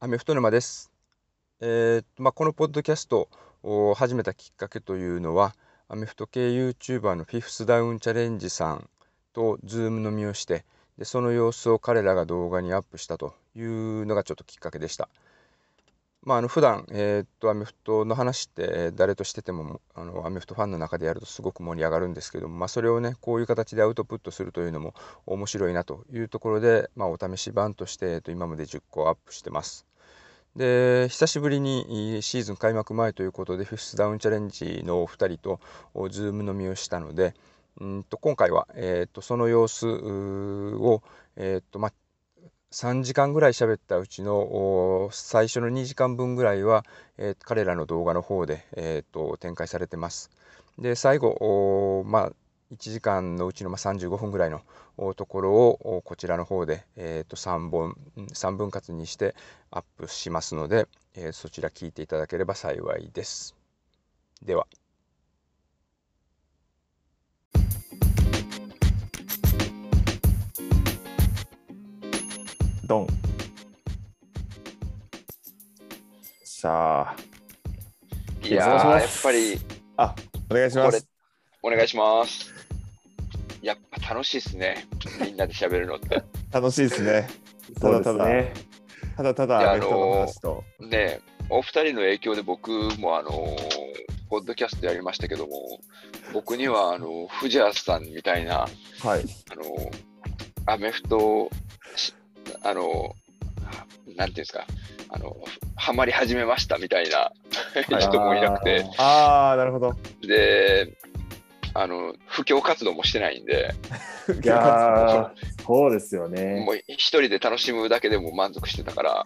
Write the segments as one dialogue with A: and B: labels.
A: アメフト沼です。えーとまあ、このポッドキャストを始めたきっかけというのは、アメフト系 YouTuber のフィフスダウンチャレンジさんとズーム飲みをして、でその様子を彼らが動画にアップしたというのがちょっときっかけでした。まあ、あの普段、えーとアメフトの話って誰としててもあのアメフトファンの中でやるとすごく盛り上がるんですけども、まあ、それをねこういう形でアウトプットするというのも面白いなというところで、まあ、お試し版として、えー、と今まで10個アップしてます。で久しぶりにシーズン開幕前ということでフィフスダウンチャレンジのお二人とズーム飲みをしたのでうんと今回は、えーと、とその様子を、えーとまあ、3時間ぐらい喋ったうちの最初の2時間分ぐらいは、えー、彼らの動画の方で、えーと、と展開されてます。で最後まあ1時間のうちの35分ぐらいのところをこちらの方で、えー、と3本3分割にしてアップしますので、えー、そちら聞いていただければ幸いです。では。
B: ドンさあ
C: いややっぱり
B: あお願いします
C: お願いしますやっぱ楽しいですね。みんなで喋るのって。
B: 楽しいですね。
D: ただただ、ね、
B: ただただ、あの
C: ー、ねお二人の影響で僕もあのー、ポッドキャストやりましたけども、僕にはあのー、藤原さんみたいな、
B: はい、
C: あのアメフト、あのなんていうんですか、あのハマり始めましたみたいな人もいなくて、
B: ああなるほど。
C: であの布教活動もしてないんで、
D: いやそうですよね。
C: もう一人で楽しむだけでも満足してたから。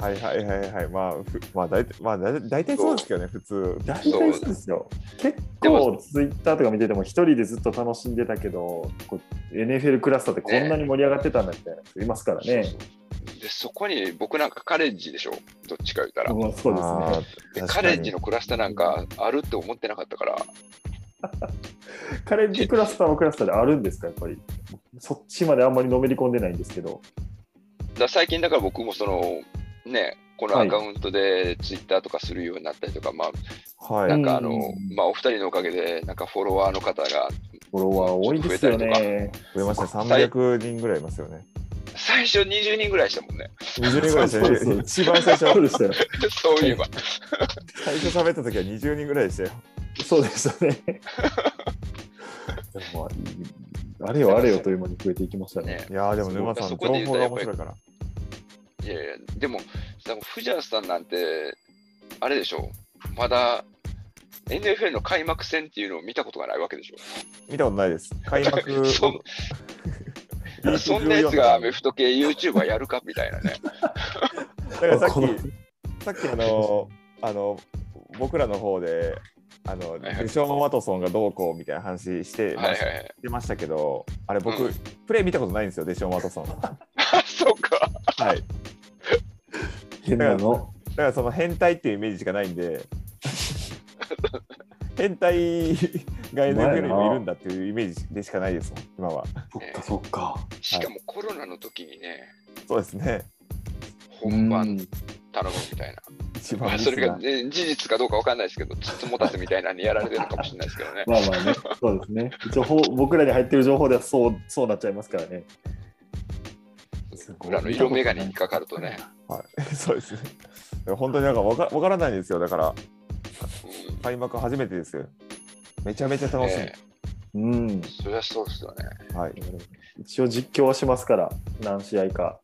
B: はいはいはいはい、まあ、まあ、大体、まあ、大体そうですけどね、普通。
D: 大体そうですよ。結構、ツイッターとか見てても、一人でずっと楽しんでたけど、NFL クラスターってこんなに盛り上がってたんだみたいな人いますからね。ねそうそう
C: でそこに僕なんかカレッジでしょどっちか言ったら、
D: うん、そうです
C: ねカレッジのクラスターなんかあるって思ってなかったから
D: カレッジクラスターはクラスターであるんですか、やっぱり。そっちまであんまりのめり込んでないんですけど。
C: だ最近、だから僕もその、ね、このアカウントでツイッターとかするようになったりとか、まあ、はい、なんかあの、まあ、お二人のおかげで、なんかフォロワーの方が、
D: フォロワー多いですよね。
B: 増えました、300人ぐらいいますよね。
C: 最初20人ぐらいしたもんね。
B: 20人ぐらいしたね。一番最初。
D: そうでしたよ。
C: そういえば。
B: 最初喋った時は20人ぐらいでしたよ。
D: そうでしたね。まあ、あれよあれよという間に増えていきましたね。
B: いやでも沼さん、情報が面白いから。
C: いやいや、でも、でも藤原さんなんて、あれでしょう、まだ NFL の開幕戦っていうのを見たことがないわけでしょ。
B: 見たことないです。開幕。
C: そ そんなやつがアメフト系 YouTuber やるかみたいな ね。
B: だからさっき、さっきあの、あの、僕らの方で、あの、はいはい、デショーン・ワトソンがどうこうみたいな話してま,、ましたけど、あれ僕、うん、プレー見たことないんですよ、デショーン・ワトソン。
C: そうか。
B: はい。変なのだからその変態っていうイメージしかないんで、変態が NFL にもいるんだっていうイメージでしかないですもん、今は。
D: そっかそっか。
C: しかもコロナの時にね、
B: そうですね。
C: 本番頼むみたいな。
B: 一番、
C: まあ、それが、ね、事実かどうかわかんないですけど、つつもたせみたいなにやられてるかもしれないですけどね。
D: まあまあね、そうですね。情報僕らに入ってる情報ではそうそうなっちゃいますからね。
C: 僕らの色眼鏡にかかるとね。
B: はい、 そうですね。本当になんかわかわからないんですよ、だから。開幕初めてですよ。めちゃめちゃ楽しい。えー
D: うん、
C: そりゃそうですよね、
B: はい、
D: 一応実況はしますから何試合か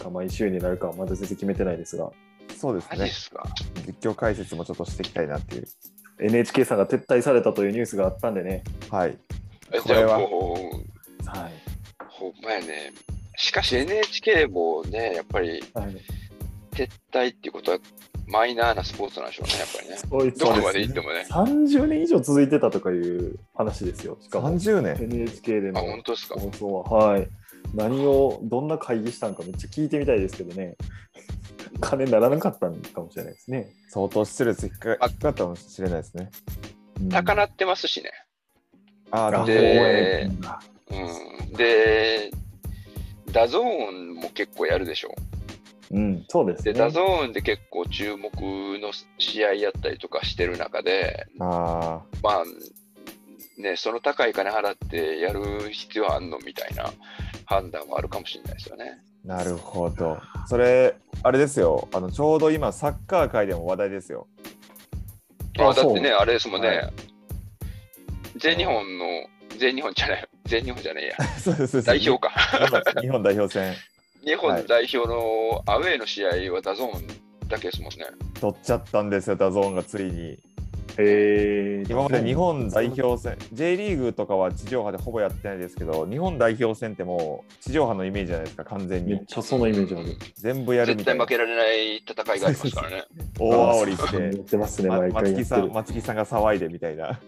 D: か毎週になるかはまだ全然決めてないですが
B: そうですね実況解説もちょっとしていきたいなっていう
D: NHK さんが撤退されたというニュースがあったんでね
B: はい
C: これは
D: はい
C: ほんまやねしかし NHK もねやっぱり、はい、撤退っていうことはマイナーなスポーツなんでしょうね、やっぱりね。そうですねどこまで行ってもね。
D: 30年以上続いてたとかいう話ですよ。しかも
B: 30年
D: ?NHK での
C: 本当ですか
D: 放送は。はい。何を、どんな会議したんかめっちゃ聞いてみたいですけどね。 金ならなかったのかもしれないですね。
B: 相当失礼です。低かったかもしれないですね。
C: 高鳴ってますしね。
B: ああ、
C: で、うん。で、ダゾーンも結構やるでしょう。
D: うん、そうです、ね、
C: で、ダゾーンで結構注目の試合やったりとかしてる中で、
D: あ
C: まあ、ね、その高い金払ってやる必要あんのみたいな判断はあるかもしれないですよね。
B: なるほど。それ、あれですよ、あのちょうど今、サッカー界でも話題ですよ。
C: あだってね、あれですもんね、はい、全日本の、全日本じゃない、全日本じゃないや、
B: そうです
C: 代表か。
B: 日本代表戦。
C: 日本代表のアウェーの試合はダゾーンだけですもんね。
B: 取っちゃったんですよ、ダゾーンがついに。
D: え
B: ー、今まで日本代表戦、J リーグとかは地上波でほぼやってないですけど、日本代表戦ってもう地上波のイメージじゃないですか、完全に。
D: めっちゃそのイメージある。。
B: 全部やる
C: みたいな。絶対負けられない戦いがありますからね。
B: 大煽りして
D: やってますね、毎
B: 回松木さん。松木さんが騒いでみたいな。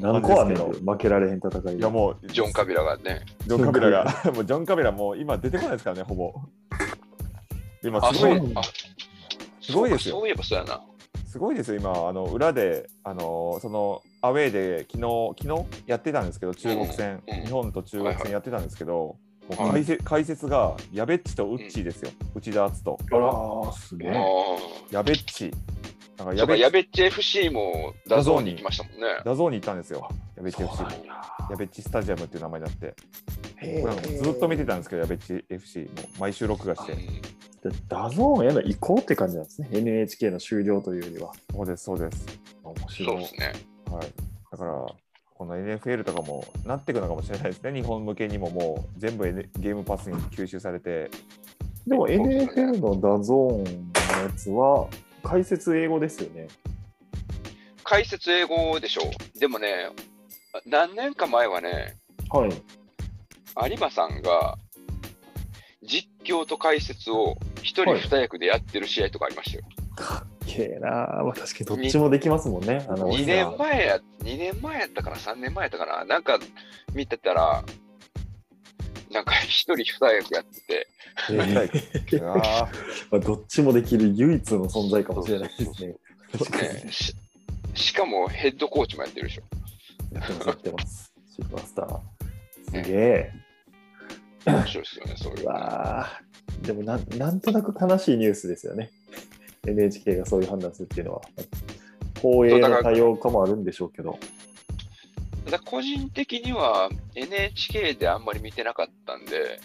D: 何個あんの負けられへん戦い。
B: いやも
C: う、ジョン・カビラがね。
B: ジョン・カビラが、 もうジョン・カビラもう今出てこないですからね、ほぼ。今すごい。すごいですよ。
C: そういえばそうやな。
B: すごいですよ、今、あの裏で、あのそのアウェーで昨日昨日やってたんですけど、中国戦、日本と中国戦やってたんですけど、もう解説解説が、やべっちとウッチーですよ、内田篤人。
D: あら、すげえ。
B: やべっち。
C: なんかやべやべっち FC もダゾーンに行きましたもんね。
B: ダゾーンに行ったんですよ、やべっち FC も。やべっちスタジアムっていう名前になって。ずっと見てたんですけど、やべっち FC も、毎週録画して。
D: ダゾーンへの移行って感じなんですね。NHK の終了というよりは。
B: そうです、そうです。
C: 面白い。ですね。
B: はい。だから、この NFL とかもなっていくのかもしれないですね。 日本向けにももう全部、N、ゲームパスに吸収されて。
D: でも NFL のダゾーンのやつは解説英語ですよね。
C: 解説英語でしょう。でもね、何年か前はね、、
D: はい
C: 有馬さんが実況と解説を一人二役でやってる試合とかありましたよ。
D: かっけえな、まあ、確かにどっちもできますもんね。
C: あの2年前や、2年前やったかな、3年前やったかな、なんか見てたら、なんか一人二役やってて、
D: えー、あまあどっちもできる唯一の存在かもしれないですね。
C: ししかもヘッドコーチもやってるでしょ。
D: やってます、やってます。スーパースター。すげえ。ね
C: 面白いですよね、そういう、ね。
D: わでもな、なんとなく悲しいニュースですよね。NHK がそういう判断するっていうのは。公営の対応かもあるんでしょうけど。
C: だ個人的には NHK であんまり見てなかったんで、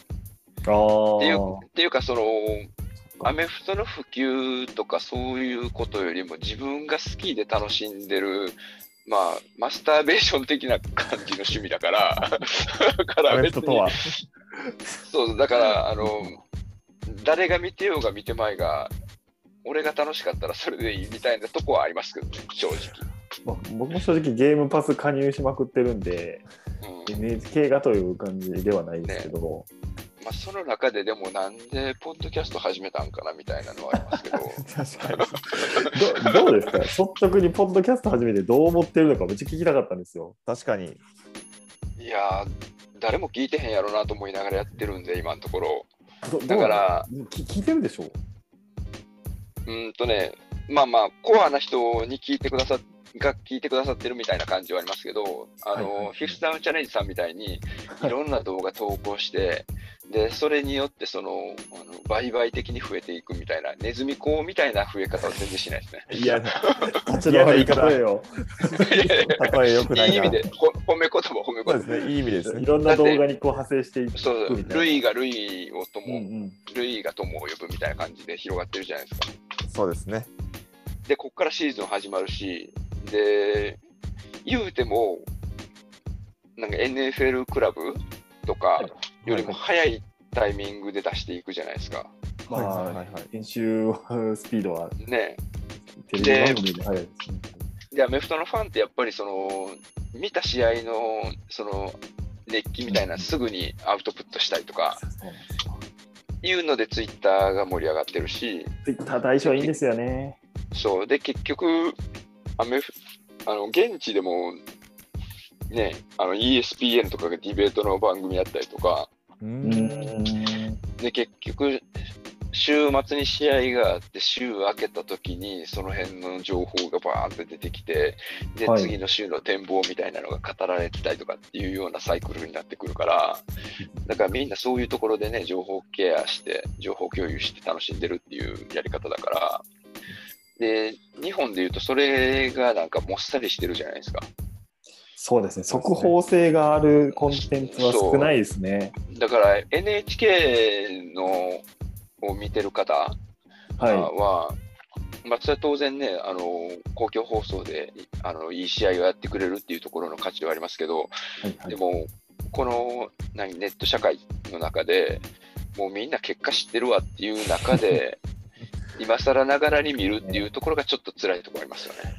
D: あ
C: っていうっていうかその、アメフトの普及とかそういうことよりも自分が好きで楽しんでるまあ、マスターベーション的な感じの趣味だから、 だから別に、そう、だから、あの、誰が見てようが見てまいが、俺が楽しかったらそれでいいみたいなとこはありますけどね、正直。
D: まあ、僕も正直ゲームパス加入しまくってるんで、うん、NHK がという感じではないですけども。ね
C: まあ、その中ででもなんでポッドキャスト始めたんかなみたいなのはありますけど
D: 確かにどうですか率直にポッドキャスト始めてどう思ってるのかめっちゃ聞きたかったんですよ
B: 確かに
C: いや誰も聞いてへんやろなと思いながらやってるんで今のところだから
D: 聞いてるでしょ
C: うんとねまあまあコアな人に聞いてくださってが聞いてくださってるみたいな感じはありますけど、あの、フィフスダウンチャレンジさんみたいに、いろんな動画投稿して、で、それによってその、あの売買的に増えていくみたいな、ネズミ講みたいな増え方は全然しない ですね。
D: いや、立ちの言い方よ。
B: 例えよくない
C: いい意味で、ほ褒め言葉、褒め言葉。
B: ですね、いい意味です、ね。
D: いろんな動画にこう派生していく
C: そう、ルイがルイをとも、うんうん、ルイが友を呼ぶみたいな感じで広がってるじゃないですか。
B: そうですね。
C: で、ここからシーズン始まるし、で、言うても、なんか NFL クラブとかよりも早いタイミングで出していくじゃないですか。
D: はいはいはい。編集スピードは。
C: ね
D: で、で、
C: アメフトのファンってやっぱりその、見た試合のその熱気みたいな、すぐにアウトプットしたりとか。いうのでツイッターが盛り上がってるし、
D: ツイッター対象いいんですよね。
C: そうで結局アメフあの現地でも、ね、あの ESPN とかがディベートの番組やったりとか、
D: で
C: 結局、週末に試合があって、週明けた時に、その辺の情報がバーンって出てきて、で、
D: はい
C: 次の週の展望みたいなのが語られてたりとかっていうようなサイクルになってくるから、だからみんなそういうところでね、情報ケアして、情報共有して楽しんでるっていうやり方だから、で、日本でいうと、それがなんかもっさりしてるじゃないですか。
D: そうですね、速報性があるコンテンツは少ないですね。
C: だから NHK のを見てる方
D: はい。
C: は、まあ、それは当然ね、あの公共放送でいあのいい試合をやってくれるっていうところの価値はありますけど、
D: はいはい
C: でも、この何ネット社会の中で、もうみんな結果知ってるわっていう中 で、今更ながらに見るっていうところがちょっと辛いところありますよね。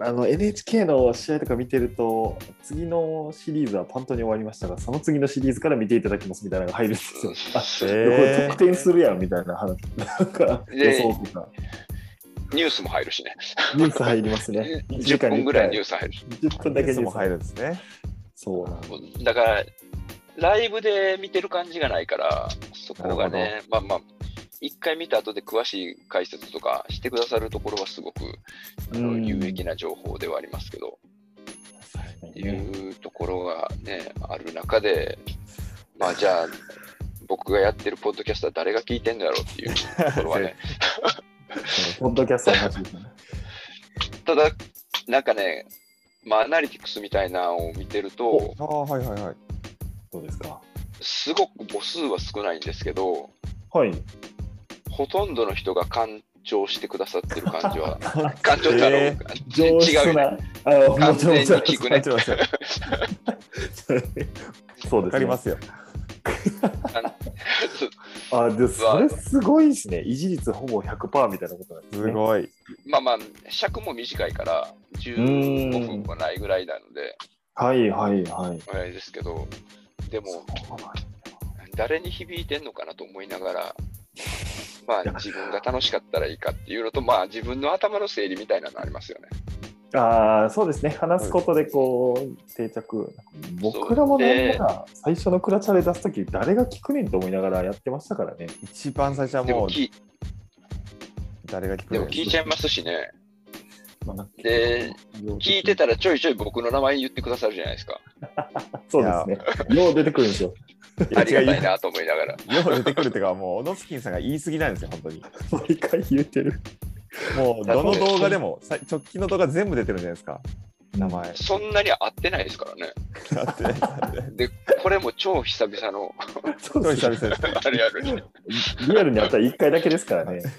D: あの
B: NHK の試合とか見てると、次のシリーズはパントに終わりましたが、その次のシリーズから見ていただきますみたいなのが入るんですよ。
D: こ
B: えー
D: れ得点するやんみたいな話、なんか予
C: で
D: 想とか、
C: ニュースも入るしね、
D: ニュース入りますね。一週
C: 10
D: 間に
C: 本
D: 一
C: ぐらい
D: 回
C: ニュース入るし。
D: 10分だけニュース
B: も入るんですね。
D: そうなんだ
C: だから、ライブで見てる感じがないから、そこが
B: な
C: ね、まあまあ、一回見た後で詳しい解説とかしてくださるところはすごくあの
D: うん
C: 有益な情報ではありますけど、
D: 確かに
C: い
D: ね
C: うところがね、ある中で、まあじゃあ、僕がやってるポッドキャストは誰が聞いてんだろうっていうところはね、
D: ポッドキャストの話ですね。
C: ただ、なんかね、まあ、アナリティクスみたいなのを見てると、
B: ああ、はいはいはい。
D: どうですか
C: すごく母数は少ないんですけど、
D: はい。
C: ほとんどの人が感情してくださってる感じ は、感情ってあの、
B: え
D: 上質
C: 違うよね
D: な。あの
C: 完全に聞くね。
B: わ
D: そうで
B: か
D: す
B: り
D: ね
B: ま。すよ。
D: あ、で、それすごいですね。維持率ほぼ100%みたいなことなんです
B: す
D: ね。
B: ごい。
C: まあまあ、尺も短いから、15分もないぐらいなので、
D: はいはいはい。
C: あれですけど、でも、
D: そうなんだ
C: 誰に響いてんのかなと思いながら、まあ、自分が楽しかったらいいかっていうのと、まあ、自分の頭の整理みたいなのありますよね。
D: ああ、そうですね。話すことでこう、定着。僕らもね、最初のクラチャレ出すとき、誰が聞くねんと思いながらやってましたからね。
B: 一番最初は
C: で
B: も
C: も
B: う
C: 聞い、
B: 誰が聞く
C: でも聞いちゃいますしね、で聞いて
D: た。
C: たらちょいちょい僕の名前言ってくださるじゃないですか。
D: そうですね。よう出てくるんですよ。
B: いや
C: ありがた
B: 違
C: いうなと思いながら。
B: よう出てくるっていうか、もう、オノスキンさんが言い過ぎなんですよ、本当に。
D: 毎回言うてる。
B: もう、どの動画でも、さ直近の動画全部出てるじゃないですか。名前。
C: そんなに合ってないですからね。
B: だって、
C: で、これも超久々の
D: そ
B: 超
D: うで
B: 久
D: す
B: 々です。
C: あれやるね。
D: リアルにあったら1回だけですからね。
C: ね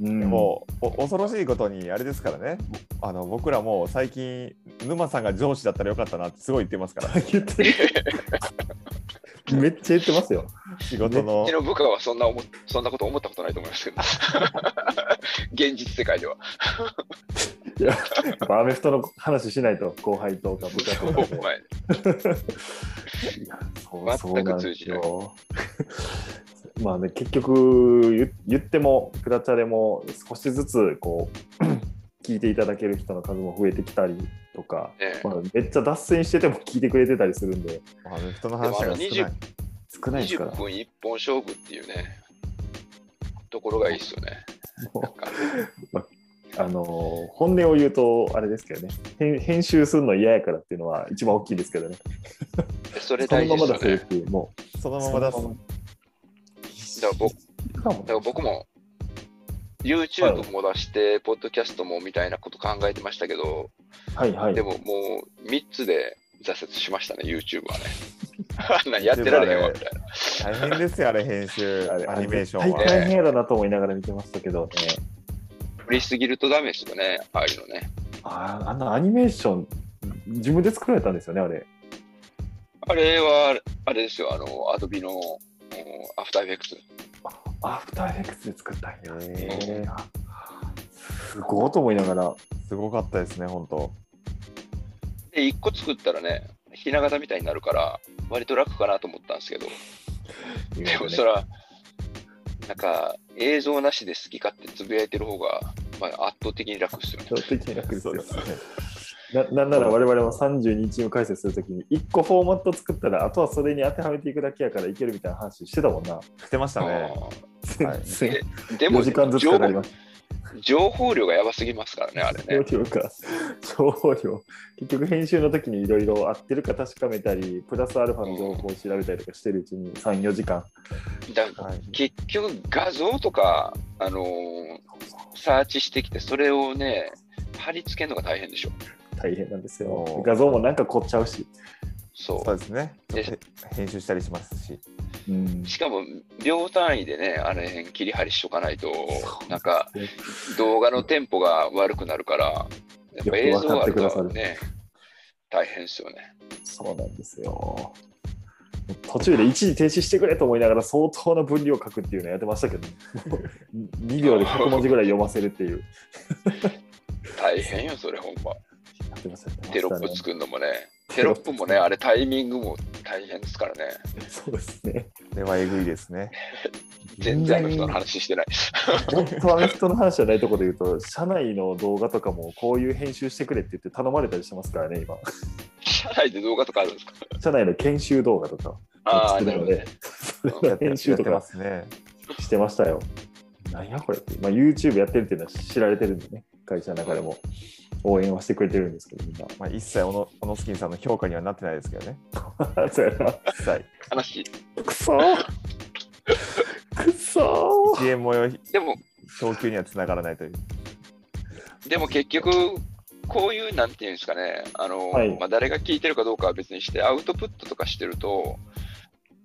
D: うん
B: もうお恐ろしいことにあれですからねあの僕らもう最近沼さんが上司だったらよかったなってすごい言ってますから
D: 言ってる。めっちゃ言ってますよ。
B: 仕事
C: う
B: の
C: ちの部下はそんな思っそんなこと思ったことないと思いますけど、 現実世界では。
D: やっぱアメフトの話しないと、後輩とか部下とかで
C: お。前
D: いやそうそう
C: 全
D: な
C: く
D: ん
C: 通
D: で
C: じ
D: す
C: ない
D: よ。まあね、結局言言ってもクラチャレも少しずつこう 聞いていただける人の数も増えてきたりとか、
C: ええ
D: まあ、めっちゃ脱線してても聞いてくれてたりするんで
B: アメフトの話が少ない
C: でもあの
D: 少ないですから
C: 20分一本勝負っていうね、ところがいいっすよね。なんか
D: あの本音を言うとあれですけどね編編集するの嫌やからっていうのは一番大きいですけどね
C: それ
D: その
C: 大
D: まま
C: 事
D: 出
C: で
D: せ
C: す
D: る
C: よ
D: っていうも
B: その
D: う
B: まま出す
D: す
C: だから僕
D: だ
C: だから僕も YouTube も出して、ポッドキャストもみたいなこと考えてましたけど、
D: はいはい
C: でももう3つで挫折しましたね、YouTube はね。あんなんやってられへんわみたいな。
B: 大変ですよあれ編集
D: あれ
B: アニメーション
D: 絶対
B: は
D: 大変やだなと思いながら見てましたけどね
C: 振りすぎるとダメですよね、ああいうのね。
D: ああのアニメーション自分で作られたんですよねあれ
C: あれは、あれですよ、あの、アドビのうんアフターエフェクツ。
D: アフターエフェクツで作ったんや
B: へ
D: すごいと思いながら
B: すごかったですね本当
C: で、1個作ったらね、ひな形みたいになるから、割と楽かなと思ったんですけど、でもそら、なんか、映像なしで好きかってつぶやいてる方が、まあ、圧倒的に楽ですよね。
D: 圧倒的に楽です
B: そう
D: よ
B: ですね
D: ななんなら我々も32チーム解説するときに1個フォーマット作ったらあとはそれに当てはめていくだけやからいけるみたいな話してたもんな
B: してましたね
C: あー
D: 全然。
C: で
D: 4
C: も
D: 時間ずつかかりました。
C: 情報量がやばすぎますからね、あれ
D: 情
C: ね。
D: 報量か。情報量。結局編集の時にいろいろ合ってるか確かめたり、プラスアルファの情報を調べたりとかしてるうちに3、4時間。
C: だ
D: はい。
C: 結局、画像とか、あのーサーチしてきて、それをね、貼り付けるのが大変でしょ。
D: 大変なんです
B: お
D: よ
B: ー。
D: 画像もなんか凝っちゃうし。
C: そ
B: そうですね。ちょっと編集したりしますし。
D: うん
C: う。しかも、秒単位でね、あれ辺切り張りしとかないと、なんか、動画のテンポが悪くなるから、やっぱ映像があるからね、大変ですよね。
D: そうなんですよ。途中で一時停止してくれと思いながら相当な分量を書くっていうのやってましたけど、2秒で100文字ぐらい読ませるっていう。
C: 大変よ、それ、ほんま。
D: やってましたやってましたね
C: テロップ作るのもね。テロップもね、あれタイミングも大変ですからね。
D: そうですね。
B: これはえぐいです ね。
C: 全然あの人の話してない。
D: 本当はアメフトの話じゃないところで言うと、社内の動画とかもこういう編集してくれって言って頼まれたりしてますからね、今。
C: 社内で動画とかあるんですか
D: 社内の研修動画とか、
C: ああ、
D: 作
C: なるほ
D: るの
C: どね
D: で。、それの編集と
B: や
D: か
B: ってますね。
D: してましたよ。なんやこれって、まあ、YouTube やってるっていうのは知られてるんでね、会社の中でも応援はしてくれてるんですけど、みんな。
B: まあ、一切小野小野スキンさんの評価にはなってないですけどね。
D: そうやな
B: 一切。
C: 話。
D: くそーくそ
B: 支援もよ
C: でも、
B: 昇級にはつながらないという。
C: でも結局、こういう、なんていうんですかね、あの、
D: はい
C: まあ、誰が聞いてるかどうかは別にして、アウトプットとかしてると、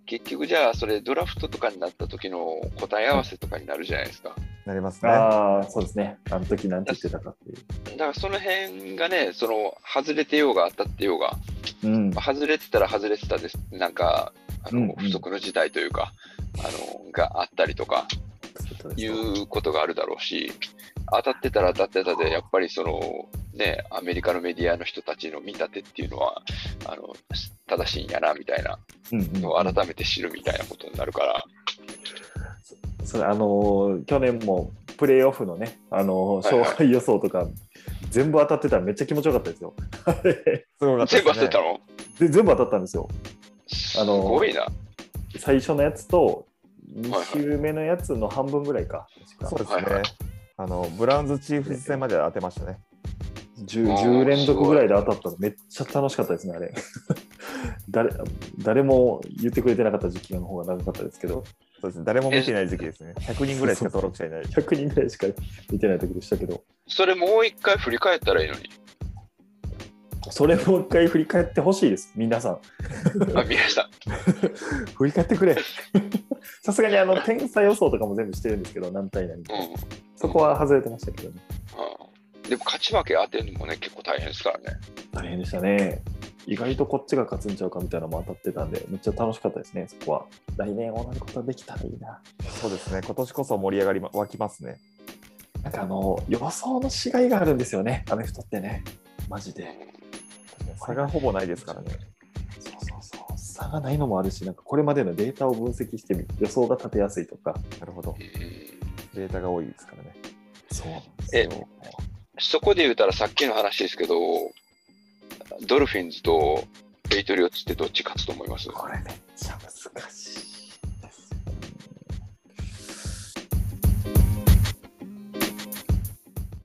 C: 結局じゃあ、それドラフトとかになった時の答え合わせとかになるじゃないですか。
B: なります
D: ー
B: ね。
D: ああ、そうですね。あの時なんて言ってたかっていう。
C: だからその辺がね、その、外れてようが当たってようが、
D: うん
C: ま。あ外れてたら外れてたですなんかあの、
D: うんうん
C: 不測の事態というかあのがあったりとかいうことがあるだろうし当たってたら当たってたでやっぱりそのねアメリカのメディアの人たちの見立てっていうのはあの正しいんやなみたいな
D: うんうん
C: のを改めて知るみたいなことになるから、
D: それあのー去年もプレーオフのね、あのー
C: はいはい
D: 勝敗予想とか、全部当たってたらめっちゃ気持ちよかったですよ。あれ
B: すごかっ
C: 全
B: たです
C: 部当
B: ね
C: てたの
D: で全部当たったんですよ。
C: す
D: あの
C: ごいな、
D: 最初のやつと、2周目のやつの半分ぐらいか。確
B: そ
D: か
B: うですね。
C: はいはい
B: あのブラウンズチーフス戦まで当てましたね。
D: 10,
C: あー
D: 10連続ぐらいで当たったのめっちゃ楽しかったですね、あれ。 誰誰も言ってくれてなかった時期の方が長かったですけど、
B: そうですね。誰も見てない時期 ですね。100人ぐらいしか登録者いない。
D: 100人ぐらいしか見てない時でしたけど、
C: それもう一回振り返ったらいいの に
D: それもう一回振り返ってほしいです、皆さん。
C: あ宮下
D: 振り返ってくれ。 さすがにあの点差予想とかも全部してるんですけど、何対何
C: う
D: と
C: ん、
D: か、
C: うん
D: そこは外れてましたけどね。
C: でも勝ち負け当てるのもね結構大変ですからね
D: 大変でしたね。意外とこっちが勝つんちゃうかみたいなのも当たってたんで、めっちゃ楽しかったですね、そこは。来年同じことできたらいいな。
B: そうですね。今年こそ盛り上がりま湧きますね。
D: なんかあの、予想のしがいがあるんですよね、アメフトってね。マジで。
B: 差がほぼないですからね。
D: そうそうそう。差がないのもあるし、なんかこれまでのデータを分析してみ予想が立てやすいとか。
B: なるほど
C: う。ん
B: データが多いですからね。
D: そうなんです
C: え
D: よ。
C: そこで言うたらさっきの話ですけど、ドルフィンズとペイトリオッツってどっち勝つと思います
D: これめっちゃ難しい。